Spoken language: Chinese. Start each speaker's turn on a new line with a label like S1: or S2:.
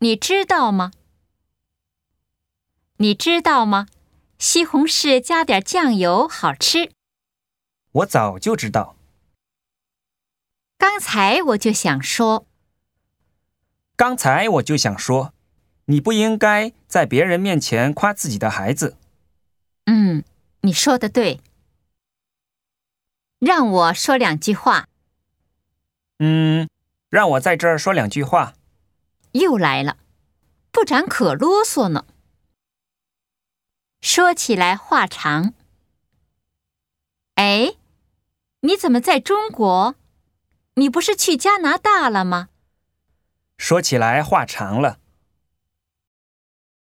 S1: 你知道吗？你知道吗？西红柿加点酱油好吃。
S2: 我早就知道，
S1: 刚才我就想说，
S2: 刚才我就想说，你不应该在别人面前夸自己的孩子。
S1: 嗯，你说的对。让我说两句话，
S2: 嗯，让我在这儿说两句话。
S1: 又来了，部长可啰嗦呢。说起来话长。哎，你怎么在中国？你不是去加拿大了吗？
S2: 说起来话长了，